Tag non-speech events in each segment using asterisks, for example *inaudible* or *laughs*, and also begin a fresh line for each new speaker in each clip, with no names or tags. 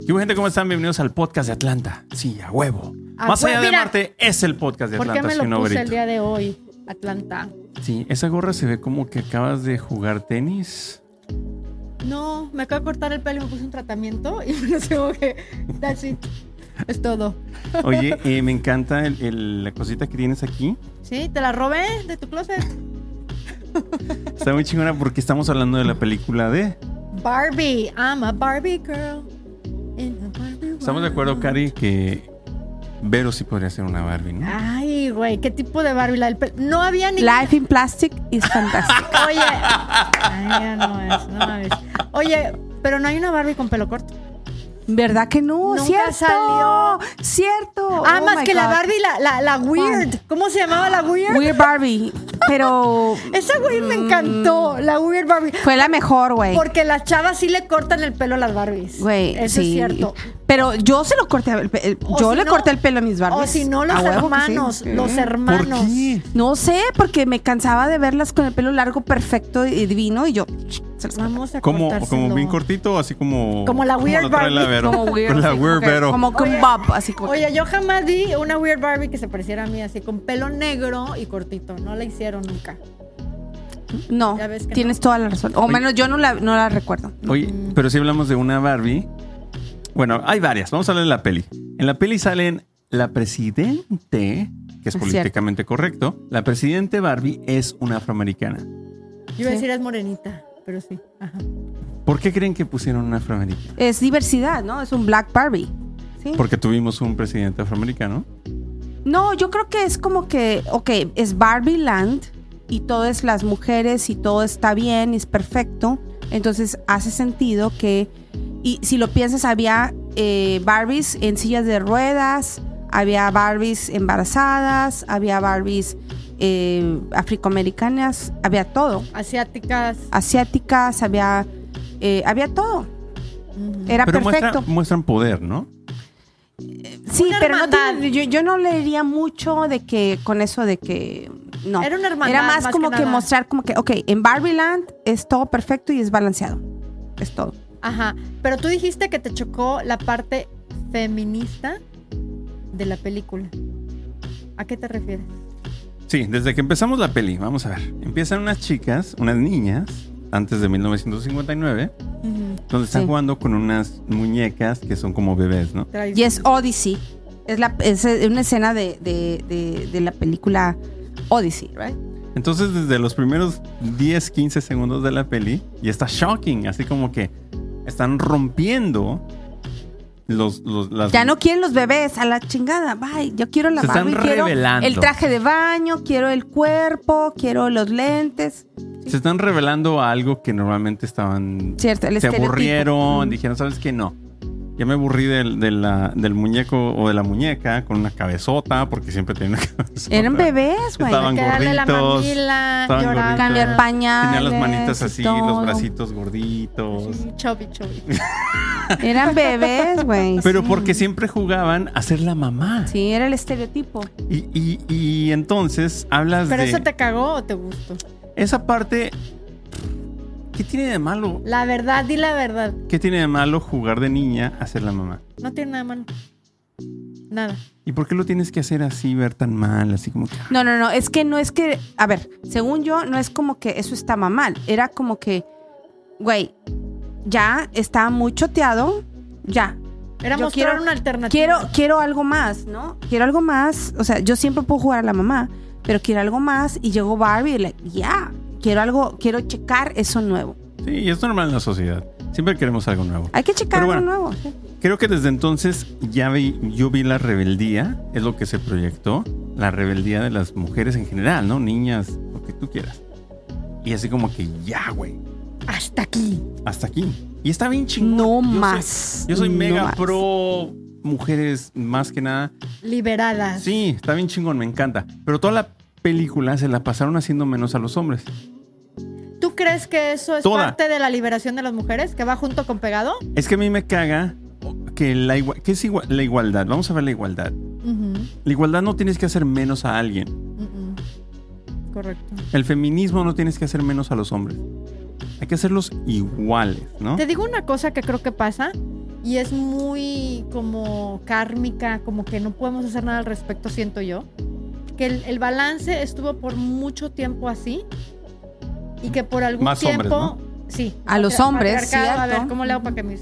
Y bueno, gente, ¿cómo están? Bienvenidos al podcast de Atlanta. Sí, a huevo.
A
Más
huevo.
allá de
Ah, Mira.
Marte, es el podcast de
¿Por
Atlanta,
qué me
soy un
lo puse el
overito.
día de hoy, Atlanta?
Sí, esa gorra se ve como que acabas de jugar tenis.
No, me acabo de cortar el pelo y me puse un tratamiento y *laughs* me lo tengo que. That's it. Es todo. *laughs*
Oye, eh, me encanta el- el- la cosita que tienes aquí.
¿Sí? ¿Te la robé de tu closet?
Está muy chingona porque estamos hablando de la película de...
Barbie. I'm a Barbie girl. in a Barbie
Estamos de
world.
acuerdo, Cari, que Vero sí podría ser una Barbie, ¿no?
Ah, Ay, güey, ¿qué tipo de Barbie? La del pelo. No había ni.
Life in Plastic is fantastic.
*laughs* Oye. Ay, ya no es, no mames. Oye, pero no hay una Barbie con pelo corto.
*laughs* ¿Verdad que no?
Nunca
¡Cierto!
salió.
¡Cierto!
ah,
Oh
más
my
que la
God.
Barbie, la, la, la Weird. ¿Cómo se llamaba la Weird?
Weird Barbie.
*laughs*
Pero
Esa güey me encantó, la Weird Barbie.
fue la mejor, güey.
Porque las chavas sí le cortan el pelo a las Barbies.
Güey,
Eso
sí.
es cierto.
Pero yo se lo corté. el pe- el-
O
yo
si
le
no-
corté el pelo a mis Barbies.
O si no, los
A huevo que sí.
hermanos.
Sí.
Los
¿Por
hermanos.
qué?
No sé, porque me cansaba de verlas con el pelo largo perfecto y divino y yo se los
Vamos a
¿Como,
cortárselo.
como bien cortito o así como...
Como la Weird
lo trae la
Barbie.
Vero?
como weird,
la
así,
Weird
como que-
Vero.
Como que
Oye,
un bob, así como que-
Oye, yo jamás vi una Weird Barbie que se pareciera a mí así, con pelo negro y cortito. No la hicieron nunca.
no,
ya ves que
tienes toda la razón. O menos yo no la, no la recuerdo.
Oye, pero si hablamos de una Barbie. Bueno, hay varias. Vamos a hablar de la peli. En la peli salen la presidente, que es
Es
políticamente correcto. La presidente Barbie es una afroamericana.
Yo iba a
Sí.
decir es morenita, pero sí. Ajá.
¿Por qué creen que pusieron una afroamericana?
Es diversidad, ¿no? Es un Black Barbie. ¿sí?
Porque tuvimos un presidente afroamericano.
No, yo creo que es como que, ok, es Barbie Land y todo es las mujeres y todo está bien y es perfecto. Entonces hace sentido que, y si lo piensas, había eh, Barbies en sillas de ruedas, había Barbies embarazadas, había Barbies eh, afroamericanas, había todo.
Asiáticas.
Ah, Asiáticas, había, eh, había todo.
Ujú.
Era
pero muestra-
perfecto.
muestran poder, ¿no?
Sí,
Una
pero no
hermandad.
tiene- yo, yo no leería mucho de que con eso de que no.
Era una hermandad,
Era más,
más
como
que
que,
nada.
mostrar como que, ok, en Barbie Land es todo perfecto y es balanceado. Es todo.
Ajá. Pero tú dijiste que te chocó la parte feminista de la película. ¿A qué te refieres?
Sí, desde que empezamos la peli, vamos a ver. Empiezan unas chicas, unas niñas, antes de 1959, donde están
Sí.
jugando con unas muñecas que son como bebés, ¿no?
Traes-
Y es Odyssey. Es, la, es eh, una escena de, de- de- de la película Odyssey, ¿right?
Entonces, desde los primeros 10, 15 segundos de la peli, y está shocking, así como que están rompiendo los, los- las.
Ya no quieren los bebés, a la chingada. Bye, yo quiero la
Se están
Barbie. quiero
revelando.
el traje de baño, quiero el cuerpo, quiero los lentes.
Se están revelando a algo que normalmente estaban.
Cierto, el
se
estereotipo.
aburrieron,
Mm.
dijeron, ¿sabes qué? No. Ya me aburrí del, de la- del muñeco o de la muñeca con una cabezota, porque siempre tenía una *laughs* cabezota.
Eran bebés, güey.
Estaban
que darle la
gorditos,
mamila,
estaban
lloraban.
gorditos.
Cambiar pañales.
Tenía las manitas
y
así,
todo.
los bracitos gorditos.
Sí, Chubby,
*laughs*
chubby.
Eran bebés, güey.
Pero
sí.
porque siempre jugaban a ser la mamá.
Sí, era el estereotipo.
Y, y- y entonces hablas
¿Pero
de
eso te cagó o te gustó?
esa parte. ¿Qué tiene de malo?
La verdad, di la verdad.
¿Qué tiene de malo jugar de niña a ser la mamá?
No tiene nada malo. Nada.
¿Y por qué lo tienes que hacer así, ver tan mal, así como que
No, no, no, es que no es que, a ver, según yo, no es como que eso estaba mal, era como que, güey, ya está muy choteado, ya.
Era
Yo
mostrar
quiero-
una alternativa.
Quiero, quiero algo más, ¿no? Quiero algo más, o sea, yo siempre puedo jugar a la mamá, pero quiero algo más y llegó Barbie y like, ya, quiero algo, quiero checar eso nuevo.
sí, y es normal en la sociedad. Siempre queremos algo nuevo.
Hay que checar
Pero
algo
bueno.
nuevo. sí.
Creo que desde entonces ya vi, yo vi la rebeldía, es lo que se proyectó, la rebeldía de las mujeres en general, ¿no? Niñas, lo que tú quieras. Y así como que ya, güey,
Hasta aquí.
hasta aquí. Y está bien chingón.
No
Yo soy-
más.
yo soy
no
mega
más.
pro mujeres más que nada.
Liberadas.
Sí, está bien chingón, me encanta. Pero toda la película se la pasaron haciendo menos a los hombres.
¿Tú crees que eso es
Toda.
parte de la liberación de las mujeres? ¿Que va junto con pegado?
Es que a mí me caga que la igua- ¿qué es igua- la igualdad. Vamos a ver la igualdad.
Ujú,
La igualdad no tienes que hacer menos a alguien.
ujú. Correcto.
El feminismo no tienes que hacer menos a los hombres. Hay que hacerlos iguales, ¿no?
Te digo una cosa que creo que pasa y es muy como kármica, como que no podemos hacer nada al respecto, siento yo. Que el, el balance estuvo por mucho tiempo así y que por algún
Más hombres,
tiempo... Sí.
A los hombres,
patriarcado, A
¿cierto?
ver, ¿cómo le hago para que mis...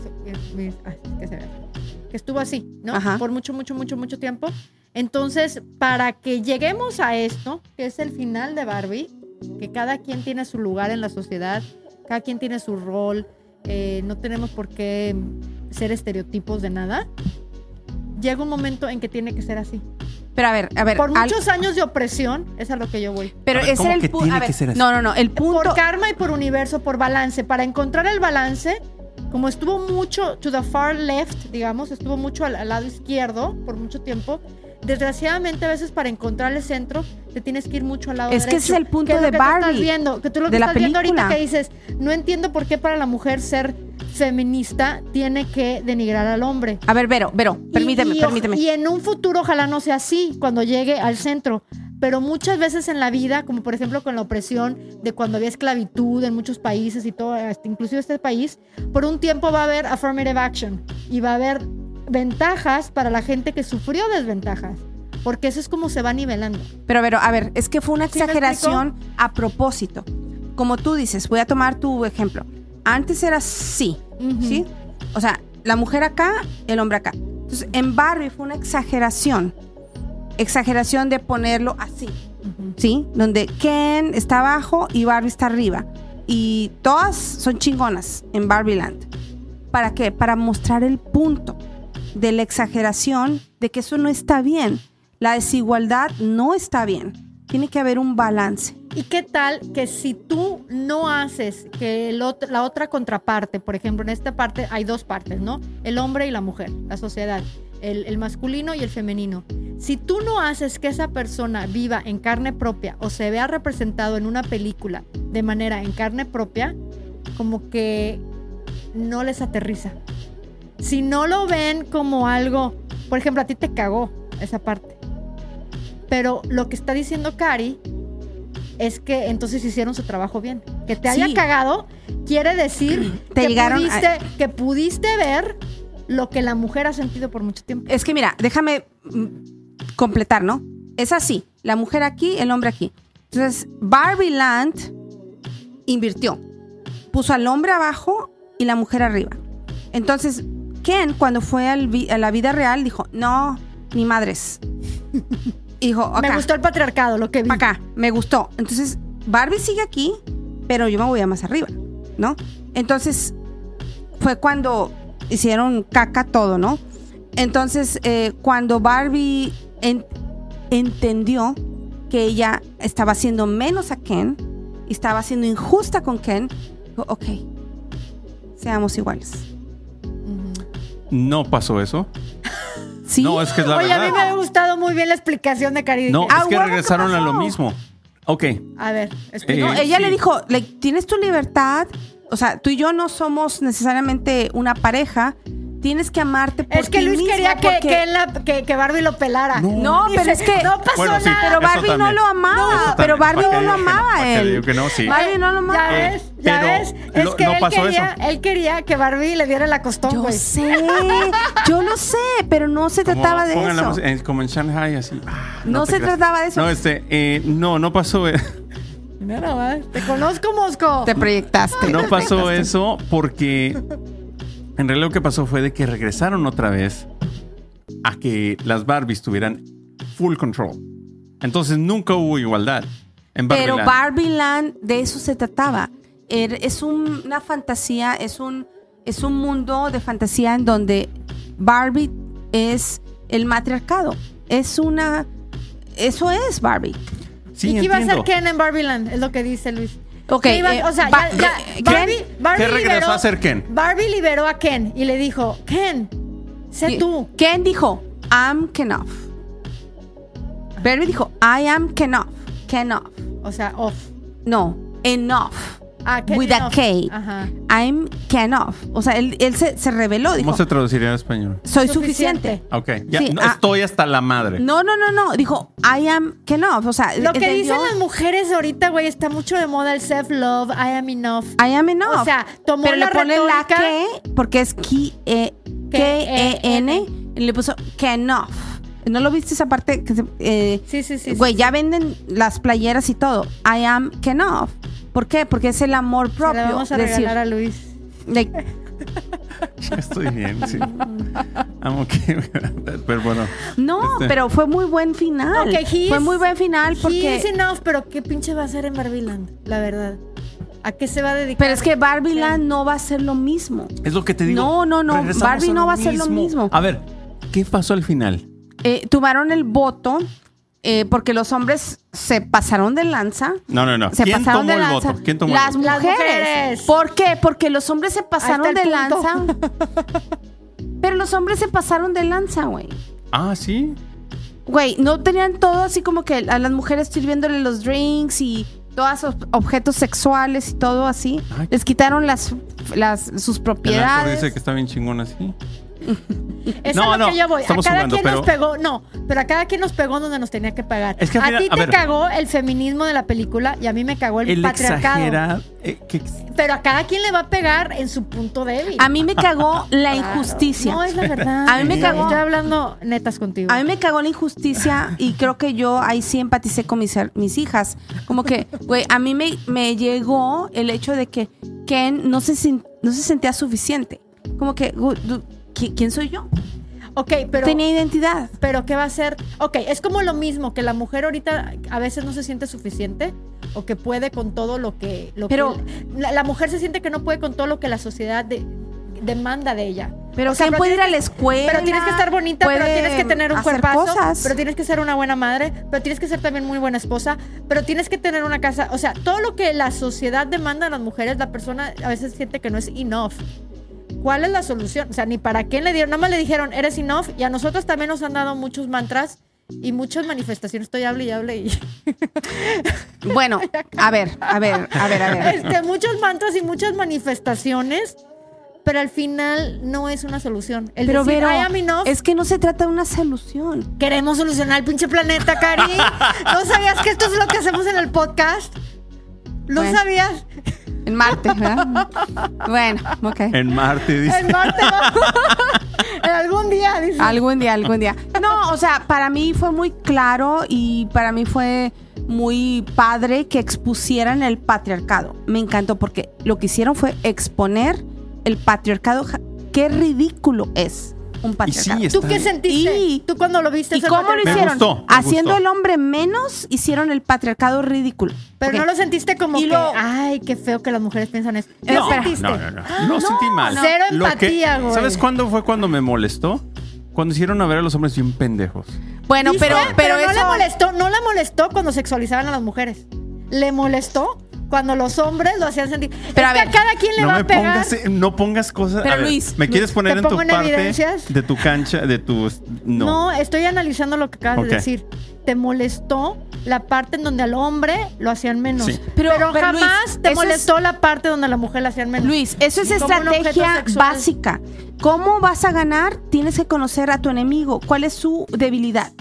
mis- ay, que se vea? Que estuvo así, ¿no?
Ajá.
Por mucho, mucho, mucho, mucho tiempo. Entonces, para que lleguemos a esto, que es el final de Barbie, que cada quien tiene su lugar en la sociedad, cada quien tiene su rol, eh, no tenemos por qué ser estereotipos de nada. Llega un momento en que tiene que ser así.
Pero a ver, a ver.
Por
al-
muchos años de opresión, es a lo que yo voy.
pero
A ver,
ese
¿cómo
era el
que
punto.
tiene
A
que
ver,
ser así?
no, no, no. El punto.
Por karma y por universo, por balance. Para encontrar el balance, como estuvo mucho to the far left, digamos, estuvo mucho al, al lado izquierdo por mucho tiempo. Desgraciadamente, a veces para encontrar el centro, te tienes que ir mucho al lado
Es que
derecho.
ese es el punto
es lo
de
que tú estás
Barbie,
viendo, que tú lo que
de la
estás viendo ahorita
película.
que dices, no entiendo por qué para la mujer ser feminista tiene que denigrar al hombre.
A ver, Vero, Vero,
Y-
permíteme,
y-
permíteme.
Y en un futuro ojalá no sea así cuando llegue al centro. Pero muchas veces en la vida, como por ejemplo con la opresión de cuando había esclavitud en muchos países y todo, hasta inclusive este país, por un tiempo va a haber affirmative action y va a haber ventajas para la gente que sufrió desventajas, porque eso es como se va nivelando.
Pero, pero, a ver, es que fue una
¿Sí me
exageración a propósito. Como tú dices, voy a tomar tu ejemplo. Antes era así,
Ujú.
¿sí? O sea, la mujer acá, el hombre acá. Entonces, en Barbie fue una exageración. Exageración de ponerlo así,
Ujú.
¿sí? Donde Ken está abajo y Barbie está arriba. Y todas son chingonas en Barbie Land. ¿Para qué? Para mostrar el punto de la exageración de que eso no está bien. La desigualdad no está bien. Tiene que haber un balance.
¿Y qué tal que si tú no haces que el ot- la otra contraparte, por ejemplo, en esta parte hay dos partes, ¿no? El hombre y la mujer, la sociedad, el, el masculino y el femenino. Si tú no haces que esa persona viva en carne propia o se vea representado en una película de manera en carne propia, como que no les aterriza. Si no lo ven como algo, por ejemplo, a ti te cagó esa parte. Pero lo que está diciendo Cari es que entonces hicieron su trabajo bien. Que te haya
Sí.
cagado quiere decir
Te
que,
llegaron a-
pudiste, que pudiste ver lo que la mujer ha sentido por mucho tiempo.
Es que mira, déjame mm, completar, ¿no? Es así, la mujer aquí, el hombre aquí. Entonces, Barbie Land invirtió, puso al hombre abajo y la mujer arriba. Entonces, Ken cuando fue al vi- a la vida real dijo, no, ni madres. Y dijo, acá,
Me gustó el patriarcado, lo que vi.
pa' acá, me gustó. Entonces, Barbie sigue aquí, pero yo me voy a más arriba, ¿no? Entonces, fue cuando hicieron caca todo, ¿no? Entonces, eh, cuando Barbie en- entendió que ella estaba haciendo menos a Ken, y estaba siendo injusta con Ken, dijo, ok, seamos iguales.
Ujú.
No pasó eso.
Sí,
No, es que es la
Oye, a mí me
verdad.
ha gustado muy bien la explicación de Cari.
No,
Dije,
es que
"Ah, huevo, ¿qué
regresaron a lo
pasó?
mismo. Ok,
Ah, A ver, explica.
No,
Eh,
ella
sí.
le dijo, le- tienes tu libertad, o sea, tú y yo no somos necesariamente una pareja, tienes que amarte por
es que
ti
Luis
misma
quería que,
porque-
que él la- que- que Barbie lo pelara.
No.
No, pero es que-
No pasó
Bueno, sí,
nada.
Pero
Eso
Barbie no
también.
lo amaba,
Eso
pero
también, ¿para
Barbie
qué
no
digo
lo
que no?
amaba eh.
¿Para qué
él.
digo que no? Sí.
Barbie no lo
Ya
amaba.
Eh,
ves, ya
pero
ves. Es
lo-
que
no
él,
pasó
quería, él quería que Barbie le diera el acostón,
Yo
güey.
sé, yo lo sé, pero no se
Como
trataba de
pongan la
eso.
música, eh, como en Shanghai, así. Ah,
No
te
se
creas.
trataba de eso.
No, este, eh, no, no pasó. eh,
Mira nomás, Te conozco, Mosco.
Te proyectaste.
No
te
pasó
proyectaste.
eso porque en realidad lo que pasó fue de que regresaron otra vez a que las Barbies tuvieran full control. Entonces nunca hubo igualdad en Barbie.
Pero
Land.
Barbie Land, de eso se trataba. Er- Es un- una fantasía, es un, es un mundo de fantasía en donde Barbie es el matriarcado. Es una. Eso es Barbie.
sí,
¿Y qué iba a hacer
entiendo.
Ken en Barbie Land? Es lo que dice Luis.
Ok,
¿Qué iba-
eh,
o sea,
Ba-
ya- ya,
eh,
Barbie,
Ken-
Barbie
¿Qué regresó
liberó-
a hacer Ken?
Barbie liberó a Ken y le dijo, Ken, sé tú.
Ken dijo, I'm Kenoff. Barbie dijo, I am Kenoff. Kenoff.
O sea, off.
No, enough.
Ah, Ken
With
y
a
off.
K.
Ajá.
I'm Kenoff. O sea, él, él se, se reveló. Dijo,
¿Cómo se traduciría en español?
soy suficiente.
Ok, ya
Sí,
no,
ah.
estoy hasta la madre.
No, no, no, no. Dijo, I am enough. O sea,
Lo que
entendió,
dicen las mujeres ahorita, güey, está mucho de moda el self-love, I am enough.
I am enough.
O sea, tomó
pero
la
le ponen la
retórica- E
que porque es ki, eh, K-E-N, le puso Kenoff. ¿No lo viste esa parte? Que se- eh,
Sí, sí, sí. sí,
Güey,
sí.
ya venden las playeras y todo. I am Kenoff. ¿Por qué? Porque es el amor
Se la
propio.
vamos a
decir,
regalar a Luis.
like,
Ya *laughs* estoy bien, sí. I'm okay with that, *laughs* Pero bueno.
no,
Este-
pero fue muy buen final.
Ok, he's-
fue muy buen final
Sí,
porque...
es enough, pero qué pinche va a ser en Barbieland, la verdad. ¿A qué se va a dedicar?
Pero es que Barbie Land no va a ser lo mismo.
Es lo que te digo.
No, no, no,
Regresamos
Barbie
a
no va a ser lo mismo.
A ver, ¿qué pasó al final?
Eh, tomaron el voto eh, porque los hombres se pasaron de lanza.
No, no, no.
Se
¿Quién
pasaron
tomó
de
el
lanza.
voto? ¿Quién tomó
Las
el voto?
Las
mujeres.
mujeres.
¿Por qué? Porque los hombres se pasaron
el
de
punto.
lanza.
*laughs*
Pero los hombres se pasaron de lanza, güey.
Ah, sí.
Güey, no tenían todo así como que a las mujeres sirviéndole los drinks y todos esos objetos sexuales y todo así.
Ay.
Les quitaron las, las sus
El actor dice
propiedades.
que está bien chingón así.
Es
No,
a lo
no,
que yo voy. A cada
estamos jugando,
quien nos
pero-
pegó, no, pero a cada quien nos pegó donde nos tenía que pagar.
Es que al
a
final-
ti
a
te
ver.
cagó el feminismo de la película y a mí me cagó el,
El
patriarcado.
exagerado. eh, que ex-
Pero a cada quien le va a pegar en su punto débil.
A mí me cagó la
Claro.
injusticia.
No, es la verdad.
A mí me cagó.
Estoy hablando netas contigo.
A mí me cagó la injusticia y creo que yo ahí sí empaticé con mis, her- mis hijas. Como que, güey, a mí me, me llegó el hecho de que Ken no se, sin- no se sentía suficiente. Como que, gu- du- ¿qui- ¿quién soy yo?
ok, pero...
Tenía identidad.
Pero ¿qué va a ser? Ok, es como lo mismo, que la mujer ahorita a veces no se siente suficiente o que puede con todo lo que... Lo
Pero-
que- la, la mujer se siente que no puede con todo lo que la sociedad de- demanda de ella.
Pero
O sea,
¿quién puede ir
tienes
a la
que-
escuela?
Pero tienes que estar bonita, pero
puede
tienes que tener un
hacer
cuerpazo,
cosas.
pero tienes que ser una buena madre, pero tienes que ser también muy buena esposa, pero tienes que tener una casa, o sea, todo lo que la sociedad demanda a las mujeres, la persona a veces siente que no es enough. ¿Cuál es la solución? O sea, ni para quién le dieron, nada más le dijeron, eres enough, y a nosotros también nos han dado muchos mantras y muchas manifestaciones, estoy hable y hable y... *laughs*
Bueno, a ver, a ver, a ver, a ver.
Este, muchos mantras y muchas manifestaciones, pero al final no es una solución. El
Pero
decir,
Vero,
I am enough,
es que no se trata de una solución.
Queremos solucionar el pinche planeta, Cari. ¿No sabías que esto es lo que hacemos en el podcast? ¿No
Bueno.
sabías?
En Marte, ¿verdad? Bueno, ok.
En Marte dice.
En Marte va-
*laughs*
en algún día, dice.
Algún día, algún día. No, o sea, para mí fue muy claro y para mí fue muy padre que expusieran el patriarcado. Me encantó porque lo que hicieron fue exponer el patriarcado. Ja- Qué ridículo es un
y sí,
patriarcado.
¿Tú
está-
qué sentiste?
Y-
¿Tú cuando lo viste?
¿Y
ese
cómo lo
material?
Me
hicieron?
gustó, me
Haciendo
gustó.
el hombre menos, hicieron el patriarcado ridículo.
Pero
Ok.
no lo sentiste como
Y
que,
lo-
ay, qué feo que las mujeres piensan eso. ¿Qué
No,
sentiste?
no, no, no. No sentí mal.
Cero
Lo que-
empatía, güey.
¿Sabes cuándo fue cuando me molestó? Cuando hicieron a ver a los hombres bien pendejos.
Bueno,
¿Viste?
pero, pero,
no
eso...
le molestó, no le molestó cuando sexualizaban a las mujeres. Le molestó cuando los hombres lo hacían sentir.
Pero
Es que
a ver.
cada quien le
No
va
me
a pegar.
pongas, eh, no pongas cosas.
Pero,
a ver,
Luis,
¿me quieres
Luis,
poner
¿te
en tu
pongo en
parte
evidencias?
de tu cancha, de tus no.
No. estoy analizando lo que acabas
Ok.
de decir. Te molestó la parte en donde al hombre lo hacían menos.
Sí.
Pero-
Pero,
pero,
jamás
Luis,
te
eso
molestó la parte donde a la mujer la hacían menos.
Luis, eso es
Y como un objeto
estrategia
sexual.
básica. ¿Cómo vas a ganar? Tienes que conocer a tu enemigo. ¿Cuál es su debilidad?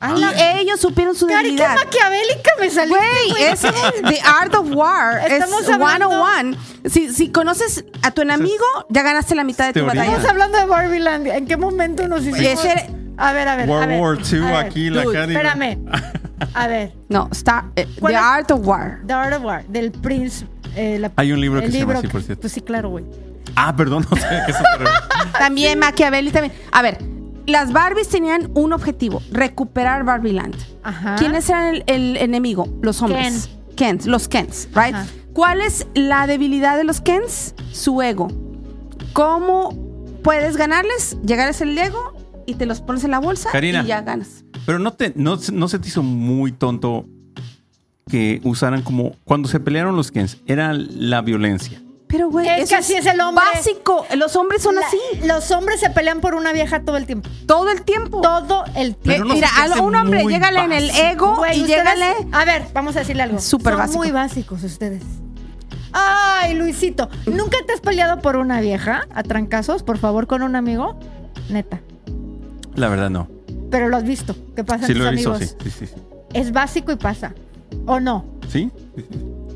Ay,
Y
la-
ellos supieron su
Cari, qué
debilidad.
maquiavélica me saliste.
Güey,
güey.
es The Art of War.
Estamos
es
hablando-
101. Si, si conoces a tu enemigo, ya ganaste la mitad de tu
teoría.
Estamos
batalla.
hablando de Barbieland. ¿En qué momento nos hicimos?
Ese-
A ver, a ver. a
World
ver,
War II
a ver.
aquí, la
Dude,
Cari.
Espérame.
*laughs*
A ver,
No, está eh,
¿Cuál
The
es?
Art of War.
The Art of War, del Prince. eh, la-
Hay un libro que
el
se llama así, por
que-
cierto.
Pues sí, claro, güey.
Ah, perdón, *laughs* no sé de qué se trata.
También Machiavelli también. A ver, las Barbies tenían un objetivo, recuperar Barbie Land.
Ajá.
¿Quiénes eran el, el enemigo? Los hombres. Kens, los Kens, right?
Ajá.
¿Cuál es la debilidad de los Kens? Su ego. ¿Cómo puedes ganarles? Llegarles el ego y te los pones en la bolsa
Karina.
y ya ganas.
Pero no, te, no, no se te hizo muy tonto que usaran como. Cuando se pelearon los Kens, era la violencia.
Pero güey,
Es que
eso
así es el hombre.
Básico, los hombres son
La-
así
Los hombres se pelean por una vieja todo el tiempo.
todo el tiempo.
Todo el tiempo.
Pero
Eh,
no se
mira,
te hace
a un hombre
muy
llégale en el
básico.
ego
Güey,
y
ustedes-
llégale
A ver, vamos a decirle algo.
Súper
Son
básico.
muy básicos ustedes. Ay, Luisito, ¿nunca te has peleado por una vieja a trancazos, por favor, con un amigo? Neta.
La verdad, no.
Pero lo has visto, que pasa
Sí
en tus
lo he visto,
amigos.
sí. Sí, sí, sí.
Es básico y pasa. ¿O no?
¿Sí?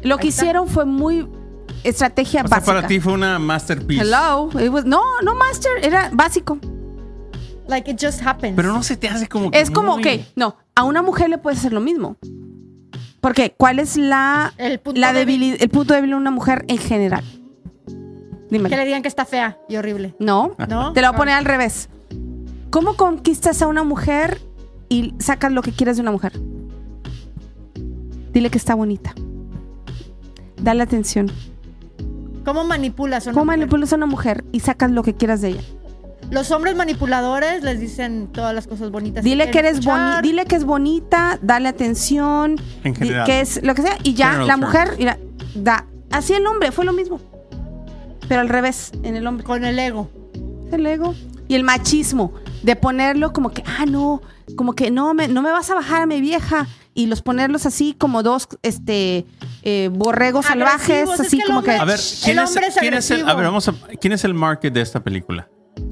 Lo que
Ahí está.
hicieron fue muy estrategia
O sea,
básica.
para ti fue una masterpiece.
Hello, it was- no, no master, era básico.
Like it just happens.
Pero no se te hace como que
Es como
muy-
que, no, a una mujer le puede hacer lo mismo. Porque, ¿cuál es la,
el punto
la
débil,
debili- el punto débil de una mujer en general?
Que
Dime.
le digan que está fea y horrible.
No,
¿No?
te lo voy a poner al revés. ¿Cómo conquistas a una mujer y sacas lo que quieres de una mujer? Dile que está bonita. Dale atención.
¿Cómo manipulas? a una
¿Cómo
mujer?
manipulas a una mujer y sacas lo que quieras de ella?
Los hombres manipuladores les dicen todas las cosas bonitas.
Dile que
quieren
eres boni
escuchar.
dile que es bonita, dale atención,
En
di-
general.
que es lo que sea y ya
General
la
terms.
mujer mira, da así el hombre fue lo mismo. Pero al revés, en el hombre
Con el ego.
el ego y el machismo de ponerlo como que ah no, como que no me no me vas a bajar a mi vieja y los ponerlos así como dos este eh, borregos
Agresivos, es
salvajes, así
que el
como que
A ver,
El
¿quién, es,
hombre es
quién es el, a
agresivo.
ver, vamos a, ¿quién es el market de esta película?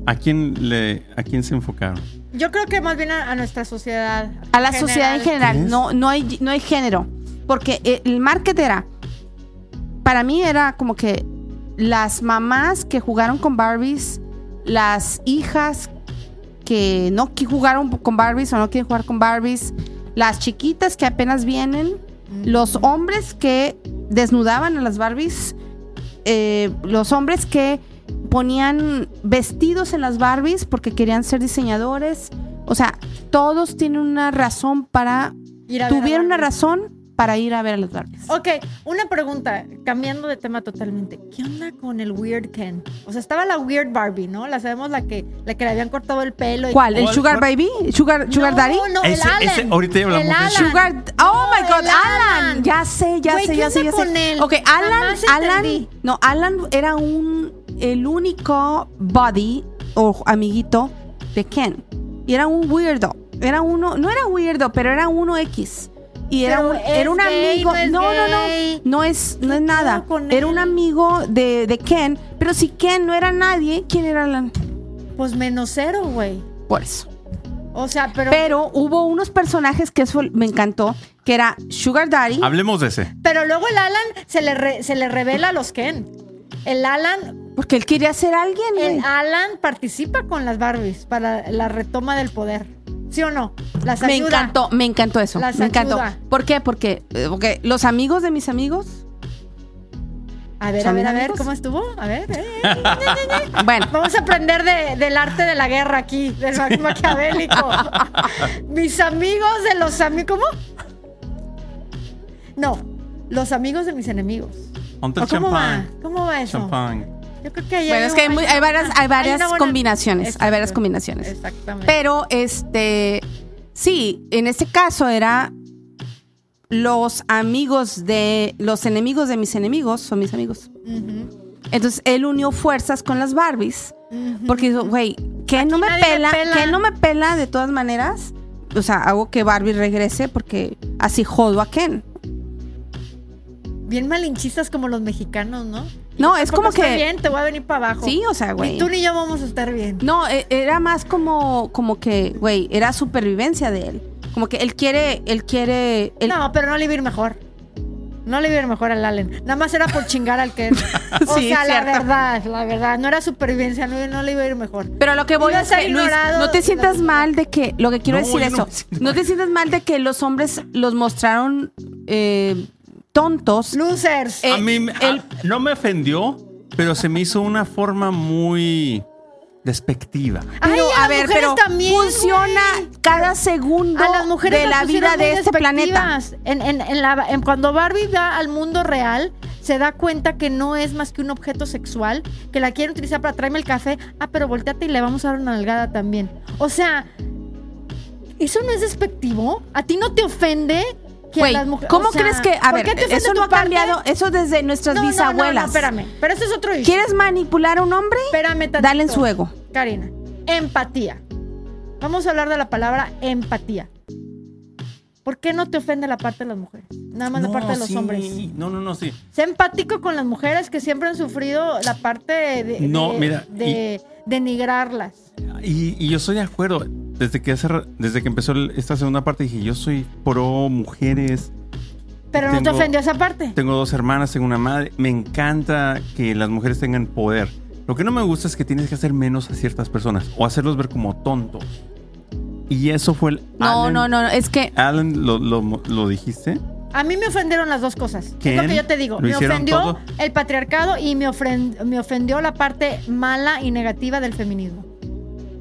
¿A quién le, a quién se enfocaron?
Yo creo que más bien a, a nuestra sociedad.
a la sociedad en general.
¿Crees?
No, no, hay, no hay género. Porque eh, el market era, para mí era como que las mamás que jugaron con Barbies, las hijas que no qui- jugaron con Barbies o no quieren jugar con Barbies, las chiquitas que apenas vienen, los hombres que desnudaban a las Barbies, eh, los hombres que ponían vestidos en las Barbies porque querían ser diseñadores. O sea, todos tienen una razón para.
mm, Ir a ver a
Tuvieron una
Barbie.
razón para ir a ver a las Barbies.
Ok, una pregunta, cambiando de tema totalmente. ¿Qué onda con el Weird Ken? O sea, estaba la Weird Barbie, ¿no? La sabemos la que, la que le habían cortado el pelo. y-
¿Cuál? ¿El
¿Cuál-
Sugar
cuál?
Baby? ¿Sugar, sugar
No,
Daddy?
No,
Ese-
el Alan.
ese- ahorita ya hablamos
El
de eso.
Alan.
Sugar. Oh my
No,
God,
el
Alan.
Alan.
Ya sé, ya
Güey,
sé,
¿qué
ya sé,
onda
ya
con
sé.
él?
Ok, Alan,
Jamás
Alan,
entendí.
no, Alan era un, el único buddy o amiguito de Ken. Y era un weirdo. Era uno, no era weirdo, pero era uno X. Y era
Pero
un,
es
era un
gay,
amigo.
no es
no, no, no.
gay.
No es, no es
¿Qué
nada.
pedo con
Era un
él?
amigo de, de Ken. Pero si Ken no era nadie, ¿quién era Alan?
Pues menos cero, güey.
Por eso.
O sea, pero, pero,
Pero hubo unos personajes que eso me encantó, que era Sugar Daddy.
Hablemos de ese.
luego el Alan se le, re- se le revela a los Ken. El Alan,
Porque él quería ser alguien, güey.
el Alan participa con las Barbies para la retoma del poder. ¿Sí o no? Las
Me
ayuda.
encantó, me encantó eso.
Las
me encantó.
ayuda.
¿Por qué? Porque, eh, porque los amigos de mis amigos.
A ver, a
¿Saben,
ver, a ver,
amigos?
¿cómo estuvo? A ver, eh, eh. *laughs*
Bueno,
Vamos a aprender de- del arte de la guerra aquí, del ma-
*laughs*
maquiavélico. Mis amigos de los amigos. ¿Cómo? No, los amigos de mis enemigos.
Ponte el
¿O ¿Cómo va?
champán.
¿Cómo va eso?
Champán.
Yo creo que ahí
Bueno, es
un-
que hay muy- hay varias- hay varias
una
combinaciones, hay varias
Exacto,
combinaciones.
Exactamente.
pero este. Sí, en este caso era. Los amigos de. Los enemigos de mis enemigos son mis amigos.
Ujú,
Entonces él unió fuerzas con las Barbies.
ujú.
Porque dijo, güey, que no me
nadie me
pela,
pela.
que no me pela de todas maneras. O sea, hago que Barbie regrese porque así jodo a Ken.
Bien malinchistas como los mexicanos, ¿no?
No, es como
Tampoco estoy
que.
bien, te voy a venir para abajo.
Sí, o sea,
Ni
güey.
tú ni yo vamos a estar bien.
No, e- era más como, como que, güey, era supervivencia de él. Como que él quiere, él quiere. él-
No, pero no le iba a ir mejor. No le iba a ir mejor al Allen. Nada más era por chingar al
*laughs*
Ken. O
Sí,
sea, la
cierto.
verdad, la verdad. No era supervivencia, no, no le iba a ir mejor.
Pero a lo que voy
Iba a
es que,
ser
Luis,
ignorado
no
de
te
la
sientas
sociedad.
mal de que, lo que quiero
No, yo
decir
no
eso,
me siento
no, te
mal.
sientas mal de que los hombres los mostraron eh, tontos.
Losers.
Eh,
a mí me- a-
el-
no me ofendió, pero se me hizo una forma muy despectiva.
Pero,
Ay,
a
las
ver,
mujeres
pero
también,
funciona
güey.
cada segundo
A las mujeres
de
las
la vida
pusieron
de
muy
este planeta.
despectivas. En, en- en la- en cuando Barbie va al mundo real, se da cuenta que no es más que un objeto sexual, que la quieren utilizar para traerme el café. Ah, pero volteate y le vamos a dar una nalgada también. O sea, ¿eso no es despectivo? ¿A ti no te ofende que a
Güey,
las mujeres.
¿cómo
o sea,
crees que a
¿por
ver,
qué te ofende
eso
tu
no ha
parte?
cambiado, eso desde nuestras
No, no, No, no,
bisabuelas.
espérame. Pero eso es otro issue.
¿Quieres manipular a un hombre?
Espérame tantito.
Dale en su ego.
Karina, empatía. Vamos a hablar de la palabra empatía. ¿Por qué no te ofende la parte de las mujeres? Nada más
No,
la parte de los
sí.
hombres.
No, no, no, sí.
Sé empático con las mujeres que siempre han sufrido la parte de,
No,
de-
mira,
de denigrarlas.
Y, y yo estoy de acuerdo. Desde que, hace ra- desde que empezó el- esta segunda parte dije, yo soy pro mujeres.
Pero no te
Tengo-
ofendió esa parte.
Tengo dos hermanas, tengo una madre. Me encanta que las mujeres tengan poder. Lo que no me gusta es que tienes que hacer menos a ciertas personas o hacerlos ver como tontos. Y eso fue el.
No,
Alan-
no, no, no, es que
Alan, ¿lo, lo- lo dijiste?
A mí me ofendieron las dos cosas. Es
¿Quién?
lo que yo te digo.
¿Lo
Me
hicieron
ofendió
todo?
el patriarcado y me, ofren- me ofendió la parte mala y negativa del feminismo.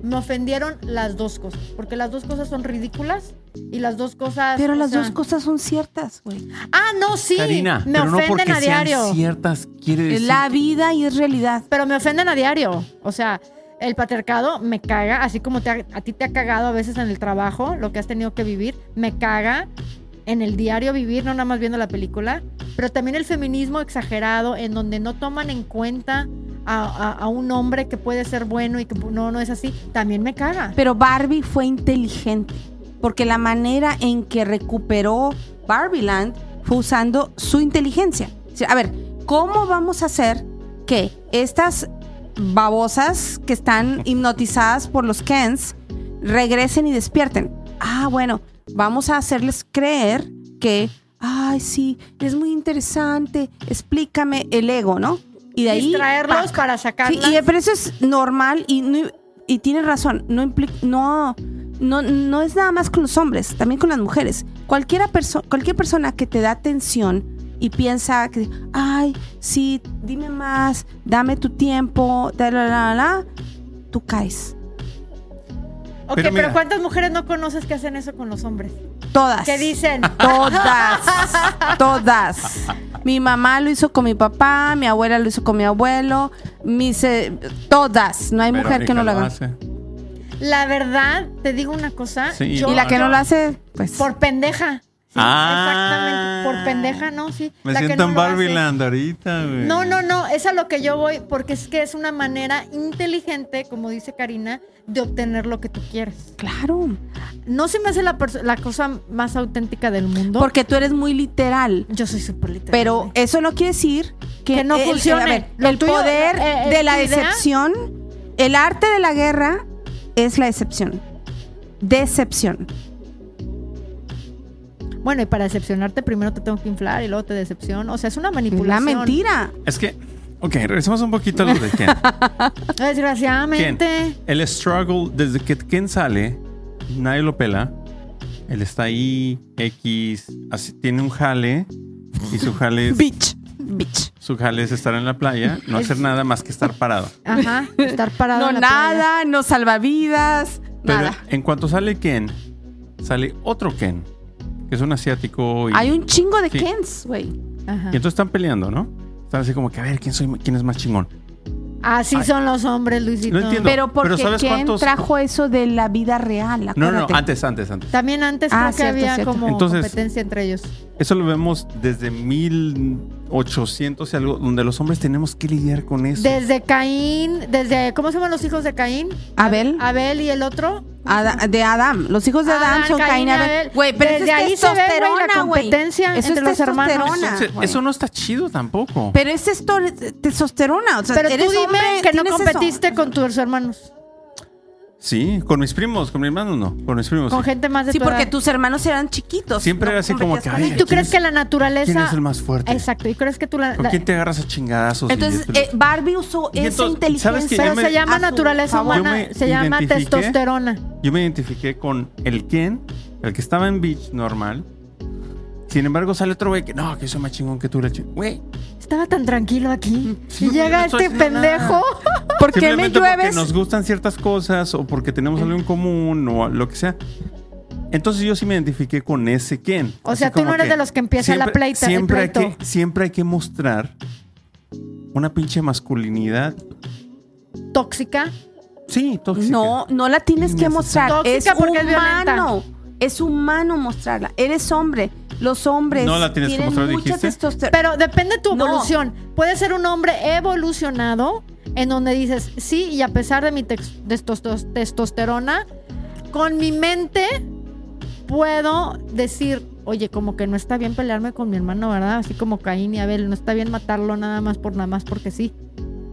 Me ofendieron las dos cosas. Porque las dos cosas son ridículas y las dos cosas.
pero
o
las
sea-
dos cosas son ciertas, güey.
Ah, no, sí.
Karina,
me
pero no
ofenden
porque
a diario.
sean ciertas, quiere
Es
decir.
la vida y es realidad.
pero me ofenden a diario. O sea, el patriarcado me caga, así como te ha- a ti te ha cagado a veces en el trabajo, lo que has tenido que vivir, me caga en el diario vivir, no nada más viendo la película, pero también el feminismo exagerado, en donde no toman en cuenta a, a- a un hombre que puede ser bueno y que pu- no, no es así, también me caga.
Pero Barbie fue inteligente, porque la manera en que recuperó Barbieland fue usando su inteligencia. O sea, A ver, ¿cómo vamos a hacer que estas babosas que están hipnotizadas por los Kens regresen y despierten? Ah, bueno, vamos a hacerles creer que, ay, sí, es muy interesante, explícame el ego, ¿no? Y de ahí...
Distraerlos
¡pac!
para
Sí,
sacarlas.
y eh, pero eso es normal y, no- y tienes razón. No, impli- no, no, no es nada más con los hombres, también con las mujeres. Cualquiera perso- cualquier persona que te da atención y piensa que, ay, sí, dime más, dame tu tiempo, da, la, la, la, la", tú caes.
ok,
Pero
pero,
mira.
¿cuántas mujeres no conoces que hacen eso con los hombres?
Todas.
¿Qué dicen?
*laughs*
*laughs*
Todas, todas. Mi mamá lo hizo con mi papá, mi abuela lo hizo con mi abuelo, mis, eh, todas. No hay mujer
Verónica
que no lo haga.
hace.
La verdad, te digo una cosa.
Sí,
yo-
Y la que no lo hace, pues.
Por pendeja. Sí,
Ah.
Exactamente. Por pendeja, ¿no? Sí.
Me
la que
siento
no
en
lo hace.
Barbie Land ahorita, güey.
No, no, no. Es a lo que yo voy porque es que es una manera inteligente, como dice Karina, de obtener lo que tú quieres.
Claro.
No se me hace la, perso- la cosa más auténtica del mundo.
Porque tú eres muy literal.
yo soy súper literal.
Pero eso no quiere decir que,
Que no funcione.
a ver,
Lo
el
tuyo,
poder
eh, eh,
de la
tu idea.
decepción, el arte de la guerra es la decepción. Decepción.
Bueno, y para decepcionarte primero te tengo que inflar y luego te decepciono. O sea, es una
La
manipulación.
mentira.
Es que. Ok, regresemos un poquito a lo de
*laughs*
Ken.
Desgraciadamente.
El struggle, desde que Ken sale, nadie lo pela. Él está ahí, X, así, tiene un jale. Y su jale es,
Bitch. Bitch.
su jale es estar en la playa, no hacer nada más que estar parado.
Ajá. Estar parado.
No
en la playa.
nada, no salvavidas,
Pero
nada.
en cuanto sale Ken, sale otro Ken, que es un asiático. Y,
Hay un chingo de
Sí.
Kens, güey.
Ajá.
y entonces están peleando, ¿no? Están así como que a ver quién, soy, quién es más chingón.
Así
Ay.
son los hombres, Luisito.
No entiendo.
Pero porque
¿sabes
Ken
cuántos-
trajo eso de la vida real.
No, no,
acuérdate.
no, antes, antes, antes.
También antes creo
Ah,
que
cierto,
había
cierto.
como
Entonces-
competencia entre ellos.
Eso lo vemos desde 1800 y algo, donde los hombres tenemos que lidiar con eso.
Desde Caín, desde ¿cómo se llaman los hijos de Caín?
Abel. Ah,
Abel y el otro.
Ada- de Adam. Los hijos de Adam,
Adán,
son Caín y Abel. Güey, pero
Desde
eso es
ahí se ve, güey, la
testosterona, güey.
competencia
Eso
entre
es
los hermanos.
testosterona,
Entonces,
güey.
eso no está chido tampoco.
Pero es testo- testosterona. O sea,
Pero
eres
tú dime
hombre,
que no
tienes eso.
competiste con tus hermanos,
sí, con mis primos, con mi hermano no, con mis primos.
con
sí.
gente más de
Sí,
tu
porque
edad.
tus hermanos eran chiquitos.
Siempre
no
era así como que,
competías con
ay,
ellos.
¿Tú
¿quién
crees
es-
que la naturaleza
¿Quién es el más fuerte?
Exacto, y crees que tú la,
¿Con
la-
quién te agarras a chingadazos? y
Entonces,
esto y lo
eh, Barbie usó
Y
esa
entonces, ¿sabes qué?
inteligencia.
pero
yo me-
se llama
a su
naturaleza
Ah, favor.
humana,
Yo me
se llama
identifiqué-
testosterona.
Yo me identifiqué con el Ken, el que estaba en Beach normal. Sin embargo, sale otro güey que no, que soy más chingón que tú, la chingón. Güey,
Estaba tan tranquilo aquí
Sí,
y
güey,
llega
no estoy
este
haciendo nada.
pendejo. *laughs*
¿Por qué me
simplemente porque
llueves?
nos gustan ciertas cosas o porque tenemos algo en común o lo que sea. Entonces yo sí me identifiqué con ese Ken.
O sea, tú no eres de los que empieza la pleita, el
Siempre hay, que,
pleito.
siempre hay que mostrar una pinche masculinidad.
Tóxica.
Sí, tóxica.
No, no la tienes que
Innecesaria.
mostrar.
Tóxica
es
porque es
humano. Es, humano mostrarla. Eres hombre. Los hombres
No la tienes que
tienen
mostrar,
mucha
dijiste.
testosterona.
Pero depende de tu
No.
evolución. Puede ser un hombre evolucionado en donde dices, sí, y a pesar de mi tex- testos- testosterona, con mi mente puedo decir, oye, como que no está bien pelearme con mi hermano, ¿verdad? Así como Caín y Abel, no está bien matarlo nada más por nada más porque sí.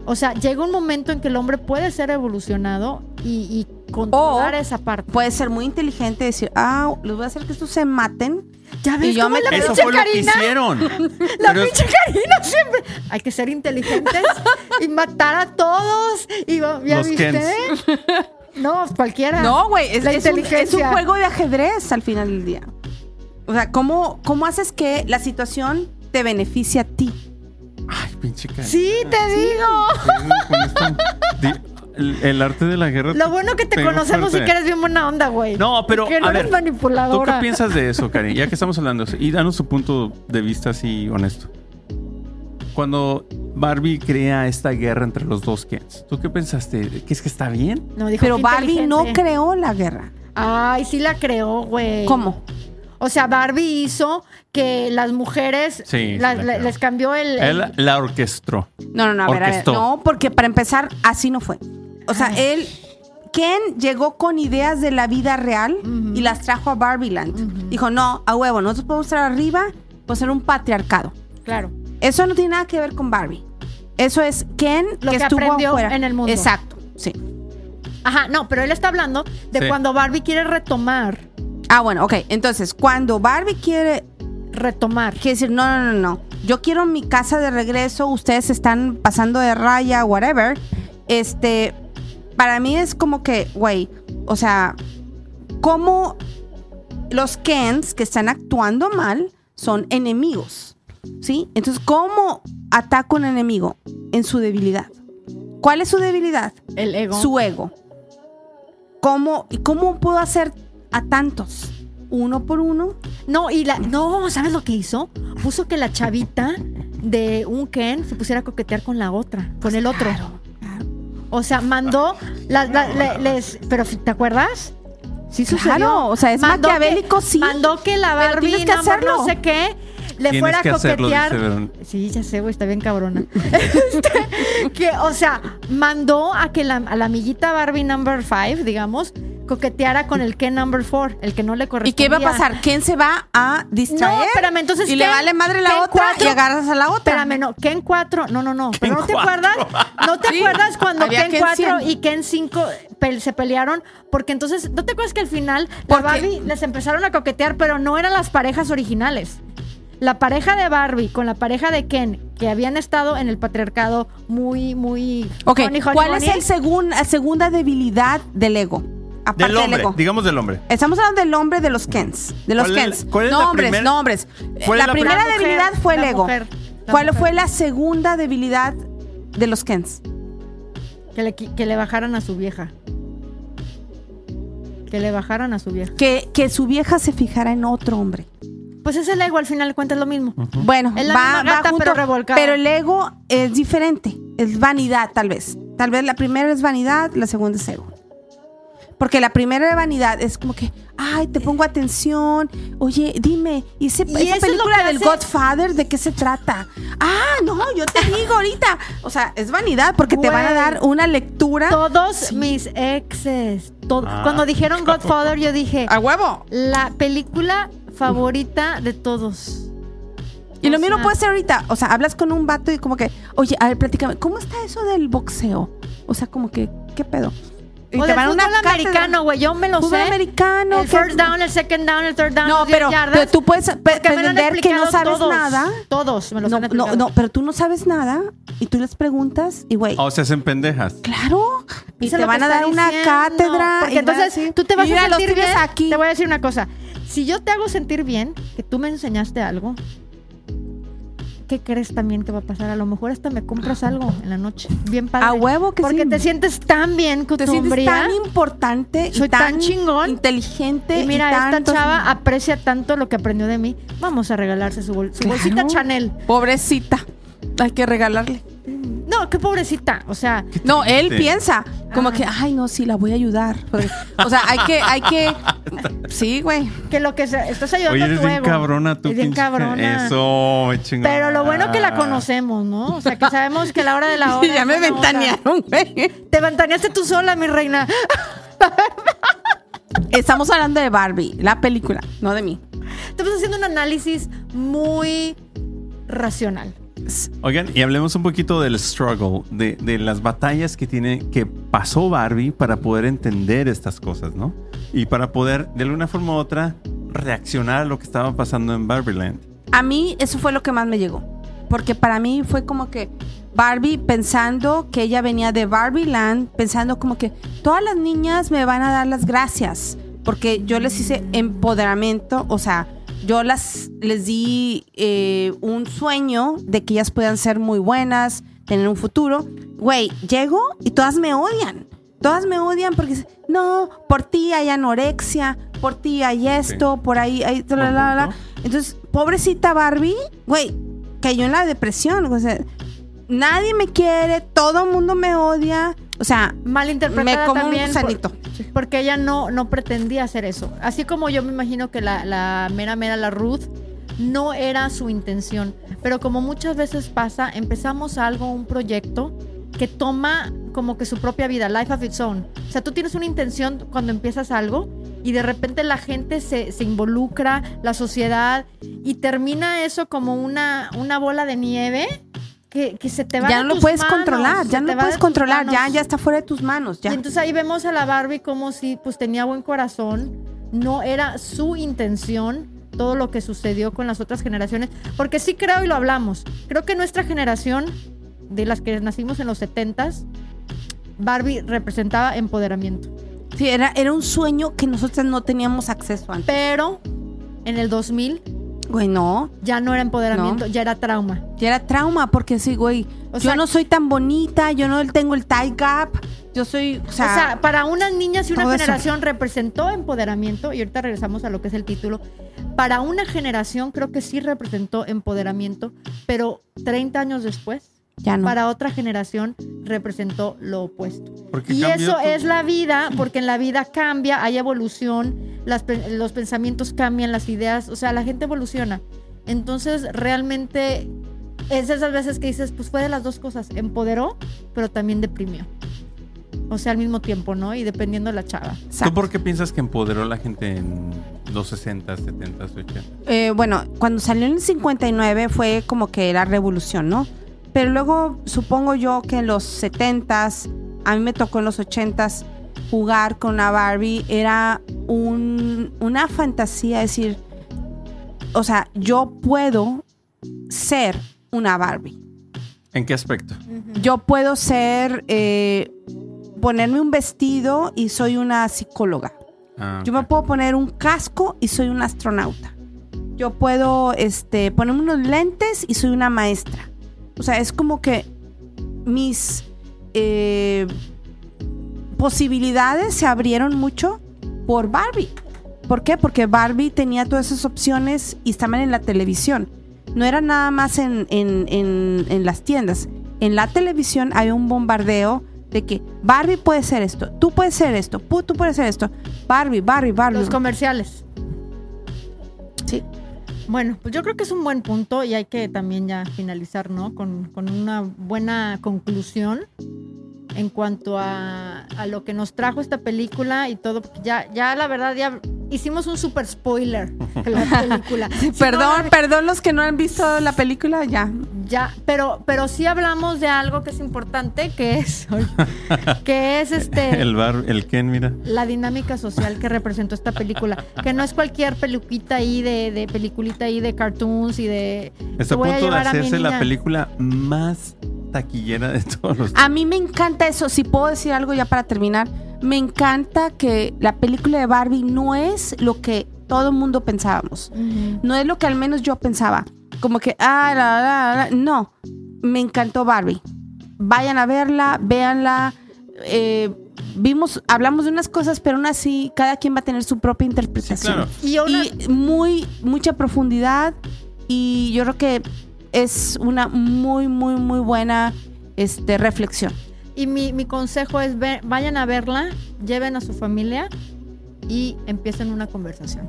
O sea, llega un momento en que el hombre puede ser evolucionado y, y controlar esa parte.
Puede ser muy inteligente y decir, ah, les voy a hacer que estos se maten.
Ya ves
y yo
cómo
me-
la
Eso
pinche
fue lo que
Karina.
hicieron.
La
Pero-
pinche Karina siempre. Hay que ser inteligentes
*laughs*
y matar a todos. Y va- ya
Los
viste.
Kens.
No, cualquiera.
No, güey, es,
La
es un, es un
inteligencia.
juego de ajedrez al final del día. O sea, ¿cómo, cómo haces que la situación te beneficie a ti?
Ay, pinche Karina.
Sí, te digo.
Con esto- di- el, el arte de la guerra.
Lo bueno que te
Tengo
conocemos y
suerte.
que eres bien buena onda, güey.
No, pero,
Que no
a
eres
ver, ¿Tú
manipuladora.
qué piensas de eso, Cari?
*laughs*
Ya que estamos hablando, y danos tu punto de vista así honesto. Cuando Barbie crea esta guerra entre los dos Kens, ¿tú qué pensaste? ¿Que es que está bien?
No, dijo
Pero
que
Barbie no
inteligente.
creó la guerra.
Ay, sí la creó, güey.
¿Cómo?
O sea, Barbie hizo que las mujeres
Sí, sí
la-
la
la-
creó.
les cambió el, el-
Él la orquestó.
No, no, no, a ver, a ver.
Orquestó.
No, porque para empezar, así no fue. O
Ah.
sea, él, Ken llegó con ideas de la vida real
Ujú.
y las trajo a Barbie Land. Dijo, no, a huevo, nosotros podemos estar arriba, pues ser un patriarcado.
Claro.
Eso no tiene nada que ver con Barbie. Eso es Ken
Lo
que,
que
estuvo
aprendió
afuera.
en el mundo.
Exacto, sí.
Ajá, no, pero él está hablando de
Sí.
cuando Barbie quiere retomar.
Ah, bueno, ok. Entonces, cuando Barbie quiere,
Retomar.
quiere decir, no, no, no, no, yo quiero mi casa de regreso, ustedes están pasando de raya, whatever, este, para mí es como que, güey, o sea, como los Kens que están actuando mal son enemigos, ¿sí? Entonces, ¿cómo ataca un enemigo? En su debilidad. ¿Cuál es su debilidad?
El ego.
su ego. ¿Cómo, ¿Y cómo puedo hacer a tantos? ¿Uno por uno?
No, y la. No, ¿sabes lo que hizo? Puso que la chavita de un Ken se pusiera a coquetear con la otra, con el otro. O sea, mandó. la- la- le- les, pero ¿te acuerdas? Sí, sucedió.
Claro, o sea, es
que-
maquiavélico, sí.
Mandó que la
Pero
Barbie
tienes que
no, amor,
hacerlo.
no sé qué le
Tienes
fuera a
que hacerlo, dice
coquetear.
Verón.
Sí, ya sé, güey, está bien cabrona. *laughs* Este, que, o sea, mandó a que la, a la amiguita Barbie number 5, digamos, coqueteara con el Ken number 4, el que no le
¿Y
correspondía.
qué va a pasar? ¿Quién se va a distraer?
No, espérame, entonces,
Y le
¿qué?
vale madre
¿Qué
la otra
cuatro?
y agarras a la otra.
Espérame, no, Ken 4, no, no, no, pero no te
cuatro.
acuerdas, no
*laughs*
te acuerdas cuando
había
Ken
Ken
4
cien.
y Ken 5 pel- se pelearon, porque entonces, ¿no te acuerdas que al final la
Porque-
Barbie les empezaron a coquetear, pero no eran las parejas originales? La pareja de Barbie con la pareja de Ken, que habían estado en el patriarcado muy, muy...
Ok,
honey, honey,
¿cuál
honey,
es el segun- la segunda debilidad del ego? Aparte
Del
del,
hombre,
ego.
digamos del hombre.
Estamos hablando del hombre de los Kens. De los
¿Cuál es-
Kens.
cuál es la
nombres,
primer-
nombres.
cuál es
la,
la
primera
primer-
debilidad fue el
La
ego.
mujer, la
¿Cuál
mujer.
fue la segunda debilidad de los Kens?
Que le, qui- que le bajaran a su vieja. Que le bajaran a su vieja.
Que, que su vieja se fijara en otro hombre.
Pues es el ego, al final cuenta es lo mismo.
Bueno,
Es la
va,
misma
va
gata,
junto,
pero revolcada.
pero el ego es diferente, es vanidad tal vez. Tal vez la primera es vanidad, la segunda es ego. Porque la primera de vanidad es como que, ay, te pongo atención, oye, dime, ¿y ese-
Y eso
esa
es lo
película
que
del
hace-
Godfather de qué se trata? Ah, no, yo te digo ahorita. O sea, es vanidad porque te van a
Güey.
dar una lectura
Todos mis exes. to-
Ah.
Cuando dijeron Godfather, yo dije,
a huevo.
la película favorita de todos.
Y
O
lo mismo
sea-
puede ser ahorita. O sea, hablas con un vato y como que, oye, a ver, platícame, ¿cómo está eso del boxeo? O sea, como que, ¿qué pedo? Y
o
te
del
van a una
fútbol
cátedra.
americano, güey. Yo me lo
Fútbol
sé.
americano,
El
que-
first down, el second down, el third down.
No,
los diez
pero,
yardas,
pero tú puedes pe-
porque me lo han
pretender que no
explicado
sabes
todos.
nada.
Todos me los
No,
han
no,
explicado.
no, pero tú no sabes nada y tú les preguntas y güey,
O se hacen pendejas.
claro,
Eso
y
es
te
lo
van
que
a dar
está
una
diciendo.
cátedra.
Porque
y van
entonces
así.
tú te vas
Y mira,
a
los
sentir
tienes
bien.
aquí.
Te voy a decir una cosa. Si yo te hago sentir bien, que tú me enseñaste algo, ¿qué crees también que va a pasar? A lo mejor hasta me compras algo en la noche. Bien padre.
A huevo Ah, que
Porque
sí.
te sientes tan bien con
te
tu
sientes
hombría.
tan importante y
Soy tan chingón.
inteligente
Y mira,
y
esta
tantos-
chava aprecia tanto lo que aprendió de mí. Vamos a regalarse su, bol- su
Claro.
bolsita Chanel.
pobrecita. Hay que regalarle.
No, qué pobrecita. O sea,
No, él
Sí.
piensa como
Ah.
que, ay, no, sí, la voy a ayudar. Porque- o sea, hay que, hay que, sí, güey.
que lo que se- estás ayudando
Oye,
a tu
eres bien
ego.
cabrona tú.
Es bien
pinche-
cabrona.
Eso, me chingó. Ah.
Pero lo bueno que la conocemos, ¿no? O sea, que sabemos que a la hora de la hora.
*laughs* ya
es
me
buena onda.
ventanearon, güey.
Te ventaneaste tú sola, mi reina.
Estamos hablando de Barbie, la película, no de mí.
Estamos haciendo un análisis muy racional.
s-
Oigan, y hablemos un poquito del struggle, de, de las batallas que tiene, que pasó Barbie para poder entender estas cosas, ¿no? Y para poder, de alguna forma u otra, reaccionar a lo que estaba pasando en Barbieland.
a mí eso fue lo que más me llegó. Porque para mí fue como que Barbie pensando que ella venía de Barbie Land, pensando como que todas las niñas me van a dar las gracias. Porque yo les hice empoderamiento, o sea, yo las, les di eh, un sueño de que ellas puedan ser muy buenas, tener un futuro. Güey, llego y todas me odian. Todas me odian porque, dicen, no, por ti hay anorexia, por ti hay esto, por ahí hay... tra, la, la, la".
Ujú.
Entonces, pobrecita Barbie, güey, cayó en la depresión. O sea, nadie me quiere, todo el mundo me odia. O sea,
malinterpretada
Me como un
también por-
gusanito.
porque ella no, no pretendía hacer eso. Así como yo me imagino que la, la mera mera, la Ruth, no era su intención. Pero como muchas veces pasa, empezamos algo, un proyecto que toma como que su propia vida, life of its own. O sea, tú tienes una intención cuando empiezas algo y de repente la gente se, se involucra, la sociedad, y termina eso como una, una bola de nieve que, que se te va
ya
de
no lo
tus
puedes
manos,
controlar,
se
ya
te
no
va
lo puedes
de tus
controlar, ya,
manos.
ya está fuera de tus manos, ya.
Y entonces ahí vemos a la Barbie como si pues tenía buen corazón, no era su intención todo lo que sucedió con las otras generaciones, porque sí creo y lo hablamos, creo que nuestra generación, de las que nacimos en los 70s, Barbie representaba empoderamiento,
Sí, era, era un sueño que nosotros no teníamos acceso antes.
pero en el 2000
Güey, no,
ya no era empoderamiento, ya era trauma.
ya era trauma porque sí, güey,
O
yo
sea-
no soy tan bonita, yo no tengo el tie gap, yo soy, o sea,
o sea, para unas niñas y una
todo eso.
generación representó empoderamiento, y ahorita regresamos a lo que es el título, para una generación creo que sí representó empoderamiento, pero 30 años después,
ya no.
para otra generación representó lo opuesto.
Porque
Y
cambió
eso
tu-
es la vida, porque en la vida cambia, hay evolución, las pe- los pensamientos cambian, las ideas, o sea, la gente evoluciona. Entonces, realmente es esas veces que dices, pues fue de las dos cosas, empoderó, pero también deprimió. O sea, al mismo tiempo, ¿no? Y dependiendo de la chava.
¿Tú
Exacto.
por qué piensas que empoderó a la gente en los 60, 70, 80?
Eh, bueno, cuando salió en el 59 fue como que la revolución, ¿no? Pero luego supongo yo que en los 70s, a mí me tocó en los 80s, jugar con una Barbie era un- una fantasía, es decir, o sea, yo puedo ser una Barbie.
¿En qué aspecto?
Yo puedo ser, eh, ponerme un vestido y soy una psicóloga.
Ah,
Yo me
ok.
puedo poner un casco y soy un astronauta. Yo puedo este, ponerme unos lentes y soy una maestra. O sea, es como que mis eh, posibilidades se abrieron mucho por Barbie. ¿Por qué? Porque Barbie tenía todas esas opciones y estaban en la televisión. No era nada más en, en- en- en las tiendas. En la televisión había un bombardeo de que Barbie puede ser esto, tú puedes ser esto, pu- tú puedes ser esto. Barbie, Barbie, Barbie.
Los comerciales.
Sí.
Bueno, pues yo creo que es un buen punto y hay que también ya finalizar, ¿no? Con, con una buena conclusión en cuanto a, a lo que nos trajo esta película y todo. porque Ya, ya la verdad, ya hicimos un super spoiler de la película. Si no,
Perdón, perdón los que no han visto la película, ya.
ya, pero, pero sí hablamos de algo que es importante, que es, *laughs* que es
*laughs*
este.
El bar, el Ken, mira.
la dinámica social que representó esta película, que no es cualquier peluquita ahí de, de peliculita ahí de cartoons y de
Está
Te
a
voy a
punto de
llevar a mi
hacerse la
niña.
película más taquillera de todos los
Ah,
A mí me encanta eso. Si puedo decir algo ya para terminar, me encanta que la película de Barbie no es lo que todo el mundo pensábamos. No es lo que al menos yo pensaba. Como que, ah, la, la, la. No, me encantó Barbie. Vayan a verla, véanla. Eh, vimos, hablamos de unas cosas, pero aún así, cada quien va a tener su propia
Sí,
interpretación
claro.
y una-
y muy mucha profundidad y yo creo que es una muy muy muy buena este reflexión.
Y mi, mi consejo es ve- vayan a verla, lleven a su familia y empiecen una conversación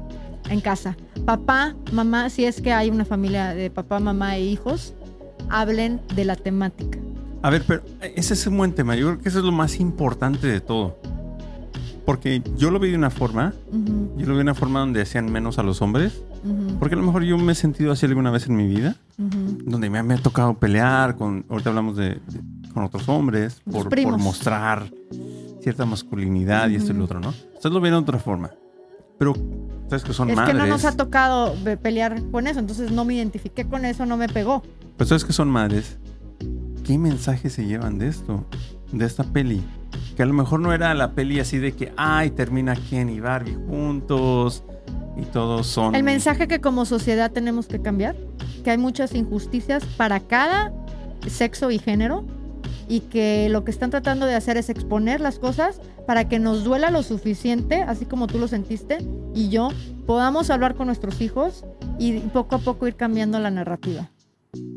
en casa. Papá, mamá, si es que hay una familia de papá, mamá e hijos, hablen de la temática.
A ver, pero ese es un buen tema. Yo creo que eso es lo más importante de todo. Porque yo lo vi de una forma,
Ujú,
yo lo vi de una forma donde hacían menos a los hombres.
ujú,
Porque a lo mejor yo me he sentido así alguna vez en mi vida,
ujú.
donde me, me ha tocado pelear con, ahorita hablamos de, de- con otros hombres
Los
por, por
primos.
mostrar cierta masculinidad y esto y lo otro, ¿no? Ustedes lo ven de otra forma, pero sabes que son
Es
madres.
que no nos ha tocado ve- pelear con eso, entonces no me identifiqué con eso, no me pegó.
Pues sabes que son madres. ¿Qué mensaje se llevan de esto? De esta peli. Que a lo mejor no era la peli así de que, ay, termina Ken y Barbie juntos y todos son.
El mensaje que como sociedad tenemos que cambiar, que hay muchas injusticias para cada sexo y género y que lo que están tratando de hacer es exponer las cosas para que nos duela lo suficiente, así como tú lo sentiste y yo, podamos hablar con nuestros hijos y poco a poco ir cambiando la narrativa.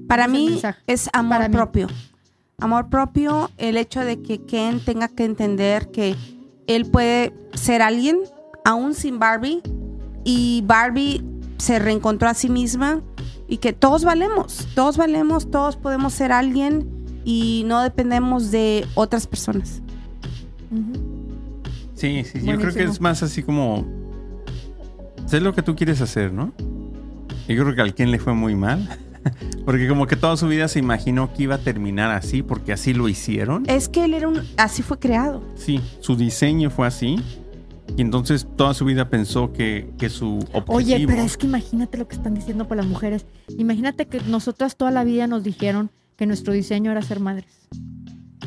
Para
Ese
mí
mensaje.
es amor
Para mí.
propio. Amor propio, el hecho de que Ken tenga que entender que él puede ser alguien, aún sin Barbie, y Barbie se reencontró a sí misma y que todos valemos, todos valemos, todos podemos ser alguien y no dependemos de otras personas.
Ujú.
Sí, sí, yo creo
Buenísimo.
que es más así como. Sé lo que tú quieres hacer, ¿no? Y yo creo que al Ken le fue muy mal. *laughs* Porque como que toda su vida se imaginó que iba a terminar así, porque así lo
Eh.
hicieron.
Es que él era un, así fue creado.
Sí, su diseño fue así. Y entonces toda su vida pensó que, que su objetivo.
Oye, pero es que imagínate lo que están diciendo por las mujeres. Imagínate que nosotras toda la vida nos dijeron que nuestro diseño era ser madres.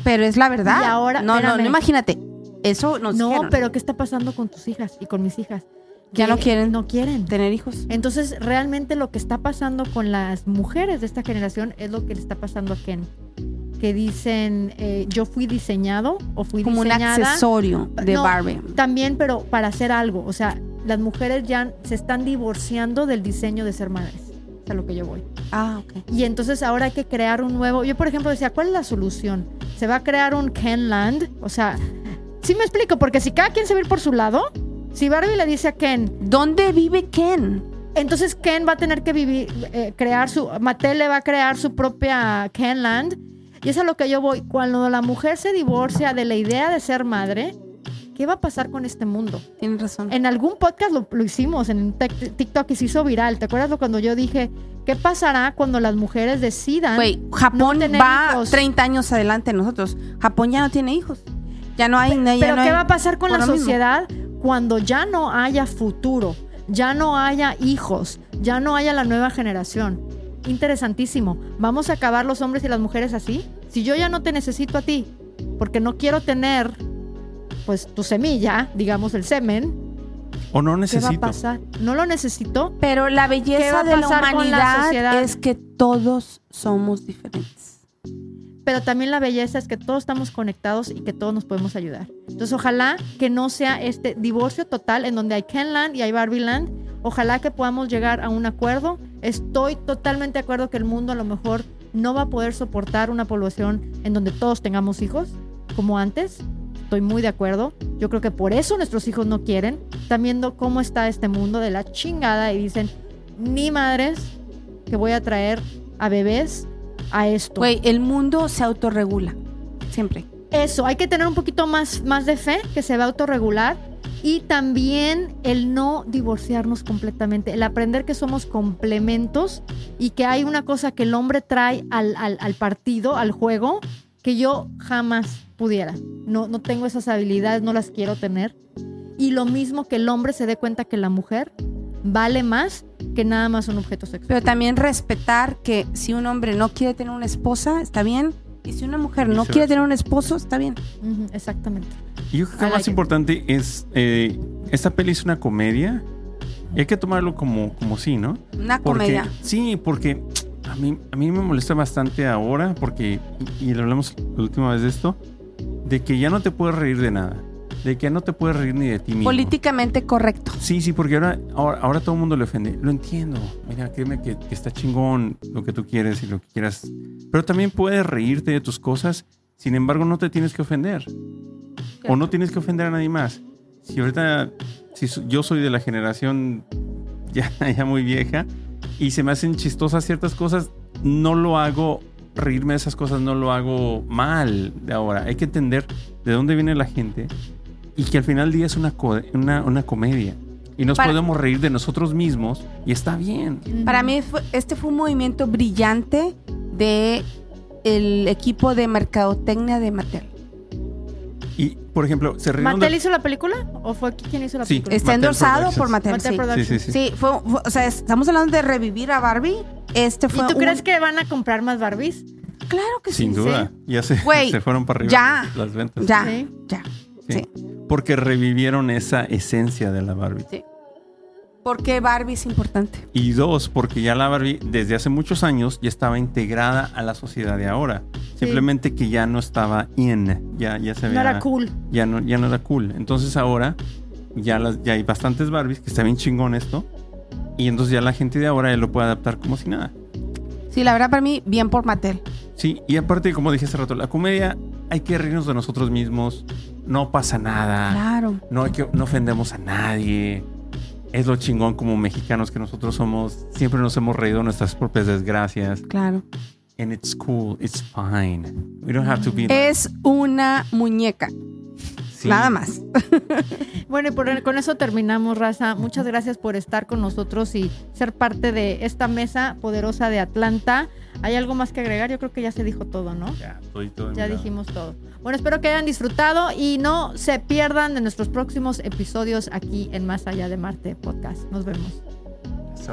Pero es la verdad.
Y ahora,
no, no, no,
espérame.
imagínate. Eso nos
No,
dijeron.
pero ¿qué está pasando con tus hijas y con mis hijas?
Ya
Que
no quieren.
No quieren.
tener hijos.
Entonces, realmente lo que está pasando con las mujeres de esta generación es lo que le está pasando a Ken. Que dicen, eh, yo fui diseñado o fui
Como un
diseñada.
accesorio de
No,
Barbie.
También, pero para hacer algo. O sea, las mujeres ya se están divorciando del diseño de ser madres. Es a lo que yo voy.
Ah, ok.
Y entonces ahora hay que crear un nuevo. Yo, por ejemplo, decía, ¿cuál es la solución? ¿Se va a crear un Ken Land? O sea, sí me explico, porque si cada quien se va a ir por su lado, si Barbie le dice a Ken,
¿Dónde vive Ken?
entonces Ken va a tener que vivir, eh, crear su. Mattel le va a crear su propia Ken Land. Y es a lo que yo voy. Cuando la mujer se divorcia de la idea de ser madre, ¿qué va a pasar con este mundo?
Tienes razón.
En algún podcast lo, lo hicimos, en tec- TikTok, y se hizo viral. ¿Te acuerdas lo- cuando yo dije, ¿qué pasará cuando las mujeres decidan?
Güey, Japón
no tener
va
hijos.
30 años adelante de nosotros. Japón ya no tiene hijos. Ya no hay. ya
Pero
no
¿qué
hay-
va a pasar con
por
la
lo mismo.
sociedad cuando ya no haya futuro, ya no haya hijos, ya no haya la nueva generación? Interesantísimo. ¿Vamos a acabar los hombres y las mujeres así? Si yo ya no te necesito a ti, porque no quiero tener pues tu semilla, digamos el semen,
O no
¿qué va a
necesito.
pasar? ¿No lo necesito?
Pero la
¿Qué va
belleza
a
de la
pasar con la
humanidad
sociedad?
es que todos somos diferentes.
pero también la belleza es que todos estamos conectados y que todos nos podemos ayudar. Entonces, ojalá que no sea este divorcio total en donde hay Ken Land y hay Barbie Land. Ojalá que podamos llegar a un acuerdo. Estoy totalmente de acuerdo que el mundo a lo mejor no va a poder soportar una población en donde todos tengamos hijos, como antes. Estoy muy de acuerdo. Yo creo que por eso nuestros hijos no quieren. Están viendo cómo está este mundo de la chingada y dicen, ni madres que voy a traer a bebés a esto.
Güey, el mundo se autorregula. Siempre.
Eso, hay que tener un poquito más, más de fe que se va a autorregular y también el no divorciarnos completamente, el aprender que somos complementos y que hay una cosa que el hombre trae al, al- al partido, al juego, que yo jamás pudiera. No, no tengo esas habilidades, no las quiero tener. Y lo mismo que el hombre se dé cuenta que la mujer vale más que nada más un objeto sexual.
Pero también respetar que si un hombre no quiere tener una esposa, está bien. Y si una mujer no
Viceversa.
quiere tener un esposo, está bien.
Ujú, exactamente.
Y yo creo que
I
lo más
like it.
importante es. eh, esta peli es una comedia. Y hay que tomarlo como, como sí, ¿no?
Una
Porque,
comedia.
sí, porque a mí, a mí me molesta bastante ahora, porque, y, y lo hablamos la última vez de esto, de que ya no te puedes reír de nada, de que ya no te puedes reír ni de ti mismo.
Políticamente correcto.
Sí, sí, porque ahora, ahora, ahora todo el mundo le ofende. Lo entiendo. Mira, créeme que, que está chingón lo que tú quieres y lo que quieras. Pero también puedes reírte de tus cosas. Sin embargo, no te tienes que ofender. O no tienes que ofender a nadie más. Si ahorita, si so- yo soy de la generación ya, *laughs* ya muy vieja y se me hacen chistosas ciertas cosas, no lo hago, reírme de esas cosas no lo hago mal de ahora. Hay que entender de dónde viene la gente y que al final del día es una, co- una, una comedia. Y nos
Para-
podemos reír de nosotros mismos y está bien.
Para mí fue- este fue un movimiento brillante de el equipo de mercadotecnia de Mattel.
Y, por ejemplo, se rieron
¿Mattel
de...
hizo la película? ¿O fue qui- quien hizo la
Sí.
película?
Está
Mattel
endorsado
Productions.
por Mattel.
Mattel
sí.
Sí,
Productions.
sí, sí.
Sí, fue, fue- o sea, es- estamos hablando de revivir a Barbie. Este fue
¿Y tú
un-
crees que van a comprar más Barbies?
Claro que
Sin
sí.
duda. Ya se, *laughs*
Güey,
se fueron para arriba
ya,
las ventas.
Ya,
Sí.
ya.
Sí.
Sí.
Porque revivieron esa esencia de la Barbie.
Porque Barbie es importante.
Y dos, porque ya la Barbie desde hace muchos años ya estaba integrada a la sociedad de ahora. Simplemente que ya no estaba in, ya, ya se
No
veía.
era cool.
Ya no, ya no era cool. Entonces ahora ya, las, ya hay bastantes Barbies, que está bien chingón esto. Y entonces ya la gente de ahora ya lo puede adaptar como si nada.
Sí, la verdad para mí, bien por Mattel.
Sí, y aparte, como dije hace rato, la comedia hay que reírnos de nosotros mismos. No pasa nada.
Claro.
No, hay que, no ofendemos a nadie. Es lo chingón como mexicanos que nosotros somos. Siempre nos hemos reído de nuestras propias desgracias.
Claro.
And it's cool, it's fine. We don't have to be.
Es una muñeca,
Sí.
nada más.
Bueno, y por- con eso terminamos, Raza. Muchas gracias por estar con nosotros y ser parte de esta mesa poderosa de Atlanta. ¿Hay algo más que agregar? Yo creo que ya se dijo todo, ¿no?
Ya, todito de
Ya
mi lado.
dijimos todo. Bueno, espero que hayan disfrutado y no se pierdan de nuestros próximos episodios aquí en Más Allá de Marte Podcast. Nos vemos.
So-